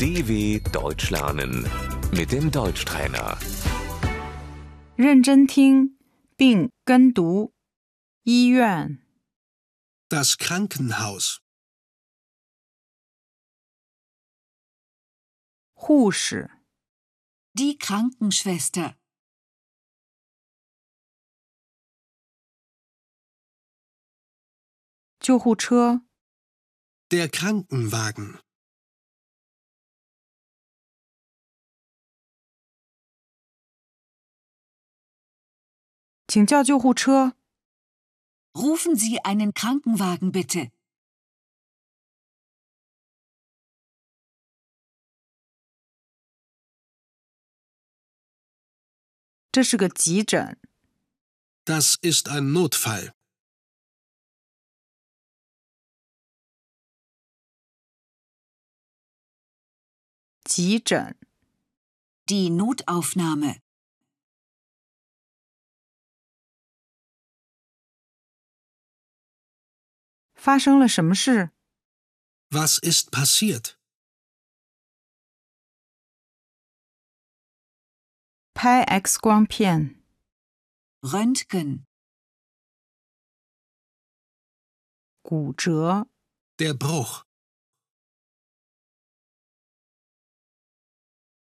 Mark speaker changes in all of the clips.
Speaker 1: DW Deutsch lernen mit dem Deutschtrainer.
Speaker 2: 认真听并跟读。医院、
Speaker 3: Das Krankenhaus.
Speaker 2: 护士、
Speaker 4: Die Krankenschwester.
Speaker 2: 救护车、
Speaker 3: Der Krankenwagen.
Speaker 2: 请叫救护车、
Speaker 4: Rufen Sie einen Krankenwagen bitte.
Speaker 2: “这是个急诊”。
Speaker 3: Das ist ein Notfall.
Speaker 2: 急诊、
Speaker 4: Die Notaufnahme.
Speaker 2: 发生了什么事？
Speaker 3: Was ist passiert?
Speaker 2: 拍 X 光片、
Speaker 4: Röntgen.
Speaker 2: 骨折、
Speaker 3: Der Bruch.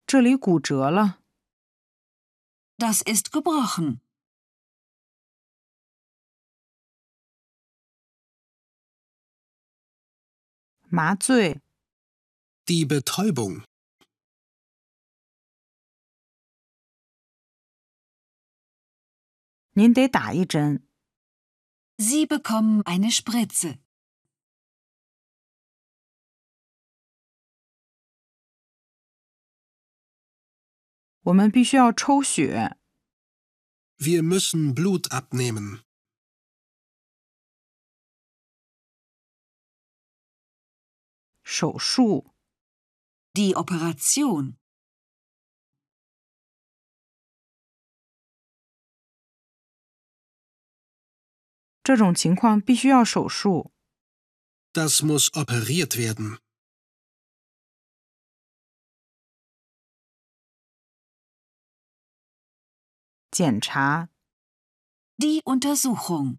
Speaker 2: 这里骨折了、
Speaker 4: Das ist gebrochen.
Speaker 2: 麻醉、
Speaker 3: Die Betäubung.
Speaker 2: 您得打一针。
Speaker 4: Sie bekommen eine Spritze.
Speaker 2: “我们必须要抽血。
Speaker 3: Wir müssen Blut abnehmen.
Speaker 2: 手术、
Speaker 4: Die Operation.
Speaker 2: 这种情况必须要手术。
Speaker 3: Das muss operiert werden.
Speaker 2: 检查、
Speaker 4: Die Untersuchung.